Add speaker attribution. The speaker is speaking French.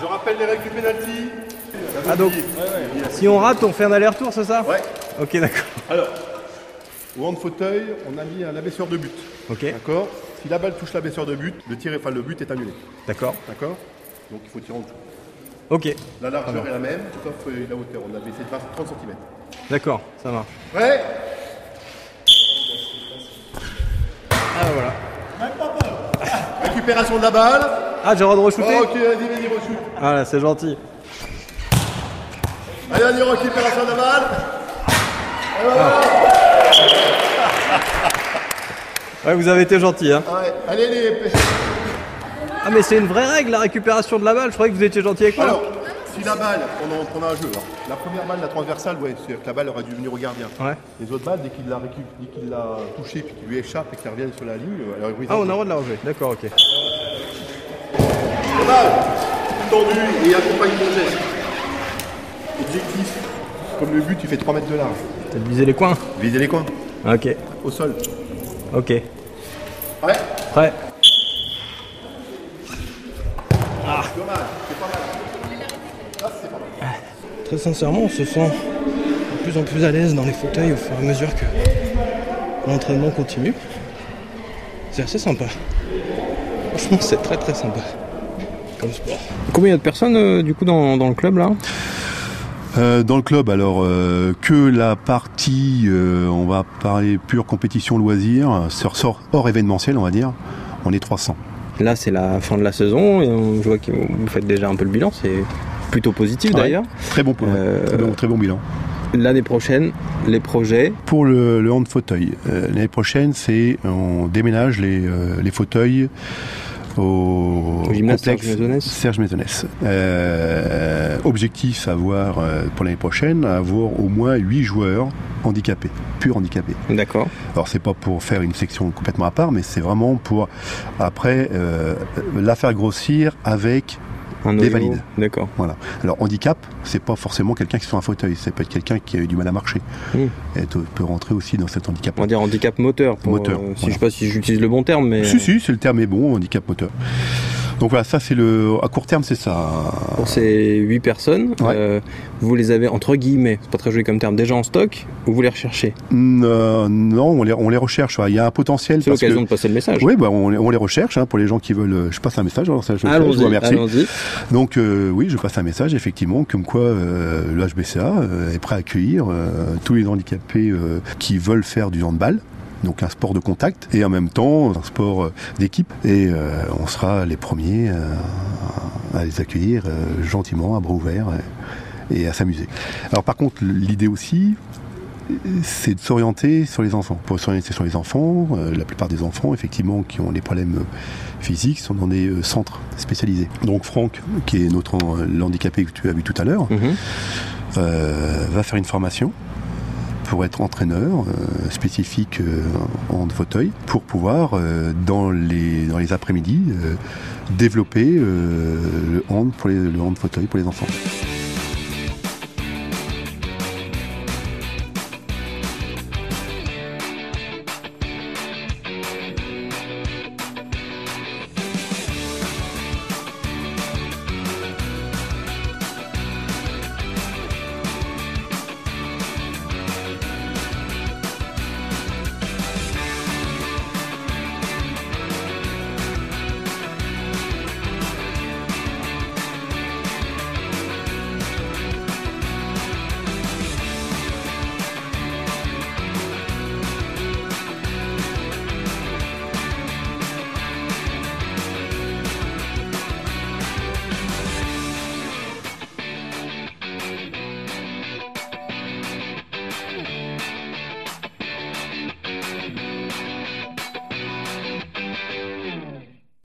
Speaker 1: Je rappelle les règles du penalty.
Speaker 2: Ah donc, si on rate, on fait un aller-retour, c'est ça
Speaker 1: Ouais.
Speaker 2: Ok, d'accord.
Speaker 1: Alors, au hand fauteuil, on a mis un abaisseur de but.
Speaker 2: Ok,
Speaker 1: D'accord Si la balle touche l'abaisseur de but, le tir, est- enfin le but est annulé.
Speaker 2: d'accord.
Speaker 1: D'accord Donc il faut tirer en dessous.
Speaker 2: Ok,
Speaker 1: La largeur est la même, sauf euh, la hauteur. On a baissé de 20 30 cm.
Speaker 2: d'accord, ça marche.
Speaker 1: Prêt
Speaker 2: Ah bah voilà.
Speaker 1: Récupération de la balle.
Speaker 2: Ah, j'ai le droit de
Speaker 1: Oh,
Speaker 2: re-shooter
Speaker 1: ok, vas-y, vas-y, re-shoot.
Speaker 2: Ah là, c'est gentil.
Speaker 1: Allez, allez, récupération de la balle.
Speaker 2: Ouais, vous avez été gentil, hein.
Speaker 1: Ouais, Allez, les...
Speaker 2: Ah mais c'est une vraie règle, la récupération de la balle. Je croyais que vous étiez gentil avec moi.
Speaker 1: Alors, si la balle, on en prend un jeu. alors. La première balle, la transversale, ouais, c'est-à-dire que la balle aurait dû venir au gardien.
Speaker 2: Ouais.
Speaker 1: Les autres balles, dès qu'il la récup, dès qu'il l'a touchée, puis qu'il lui échappe et qu'elle revienne sur la ligne, euh, elle est
Speaker 2: Ah, on a le droit de la rejouer. D'accord, ok.
Speaker 1: La balle Tendue et accompagne mon geste. Objectif. Comme le but, il fait 3 mètres de large.
Speaker 2: Peut-être viser les coins.
Speaker 1: Visez les coins,
Speaker 2: Ok,
Speaker 1: au sol.
Speaker 2: ok.
Speaker 1: Ouais
Speaker 2: Prêt
Speaker 1: Dommage, c'est pas mal.
Speaker 3: Très sincèrement, on se sent de plus en plus à l'aise dans les fauteuils au fur et à mesure que l'entraînement continue. C'est assez sympa. Franchement, c'est très très sympa comme sport.
Speaker 2: Combien il y a de personnes euh, du coup dans, le club là
Speaker 4: Euh, dans le club, alors euh, que la partie, euh, on va parler pure compétition loisir, se ressort hors événementiel, on va dire, on est 300.
Speaker 3: Là, c'est la fin de la saison et on- je vois que vous faites déjà un peu le bilan. C'est plutôt positif
Speaker 4: Ouais.
Speaker 3: d'ailleurs.
Speaker 4: Très bon, point,
Speaker 3: Euh,
Speaker 4: très bon, très bon bilan.
Speaker 3: L'année prochaine, les projets.
Speaker 4: Pour le, le hand fauteuil, euh, l'année prochaine, c'est on déménage les, euh, les fauteuils au,
Speaker 3: Au gymnase
Speaker 4: complexe
Speaker 3: Serge Maisonnès.
Speaker 4: Serge Maisonnès. Euh, objectif avoir euh, pour l'année prochaine, avoir au moins 8 joueurs handicapés, purs handicapés.
Speaker 3: D'accord.
Speaker 4: Alors c'est pas pour faire une section complètement à part, mais c'est vraiment pour après euh, la faire grossir avec.
Speaker 3: Un
Speaker 4: Des
Speaker 3: noyau.
Speaker 4: valides.
Speaker 3: D'accord.
Speaker 4: Alors handicap, c'est pas forcément quelqu'un qui est sur un fauteuil, c'est peut être quelqu'un qui a eu du mal à marcher.
Speaker 3: Mm.
Speaker 4: Et tu peut rentrer aussi dans cet handicap.
Speaker 3: On va dire handicap moteur. Pour,
Speaker 4: Moteur,
Speaker 3: euh, si
Speaker 4: voilà.
Speaker 3: Je sais pas si j'utilise le bon terme, mais
Speaker 4: Si si, c'est le terme est bon, handicap moteur. Donc voilà, ça c'est le à court terme c'est ça.
Speaker 3: pour ces 8 personnes,
Speaker 4: Ouais.
Speaker 3: euh, vous les avez entre guillemets, c'est pas très joli comme terme, déjà en stock ou vous les recherchez
Speaker 4: Mm, euh, non, on les, on les recherche. ouais. Il y a un potentiel.
Speaker 3: C'est
Speaker 4: parce que-
Speaker 3: l'occasion de passer le message.
Speaker 4: Oui, bah, on, les- on les recherche hein, pour les gens qui veulent. euh, Je passe un message. Alors ça, je, je vous
Speaker 3: Allons-y,
Speaker 4: remercie.
Speaker 3: allons-y.
Speaker 4: Donc euh, oui, je passe un message effectivement comme quoi euh, le HBCA euh, est prêt à accueillir euh, tous les handicapés euh, qui veulent faire du handball. Donc un sport de contact et en même temps un sport euh, d'équipe et euh, on sera les premiers euh, à les accueillir euh, gentiment à bras ouverts euh, et à s'amuser. Alors par contre l'idée aussi euh, c'est de s'orienter sur les enfants. Pour s'orienter sur les enfants, euh, la plupart des enfants effectivement qui ont des problèmes euh, physique sont dans des euh, centres spécialisés. Donc Franck, qui est notre euh, l'handicapé que tu as vu tout à l'heure,
Speaker 3: Mhm.
Speaker 4: euh, va faire une formation pour être entraîneur euh, spécifique euh, en fauteuil, pour pouvoir, euh, dans les, dans les après-midi, euh, développer euh, le hand pour les, le hand fauteuil pour les enfants.